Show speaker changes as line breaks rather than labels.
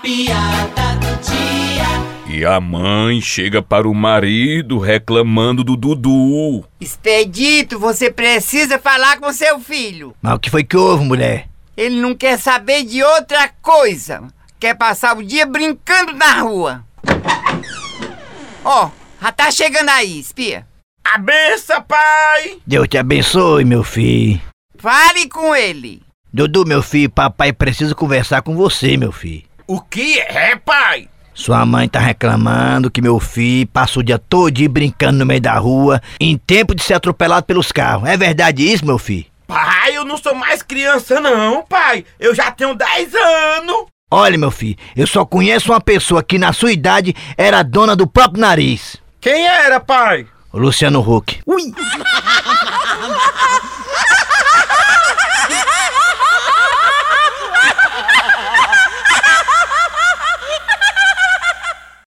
piada do dia.
E a mãe chega para o marido reclamando do Dudu.
Expedito, você precisa falar com seu filho.
Mas o que foi que houve, mulher?
Ele não quer saber de outra coisa. Quer passar o dia brincando na rua. Ó, já tá chegando aí, espia.
A benção, pai!
Deus te abençoe, meu filho.
Fale com ele.
Dudu, meu filho, papai precisa conversar com você, meu filho.
O que é, pai?
Sua mãe tá reclamando que meu filho passa o dia todo dia brincando no meio da rua em tempo de ser atropelado pelos carros. É verdade isso, meu filho?
Pai, eu não sou mais criança, não, pai. Eu já tenho 10 anos.
Olha, meu filho, eu só conheço uma pessoa que na sua idade era dona do próprio nariz.
Quem era, pai?
Luciano Huck.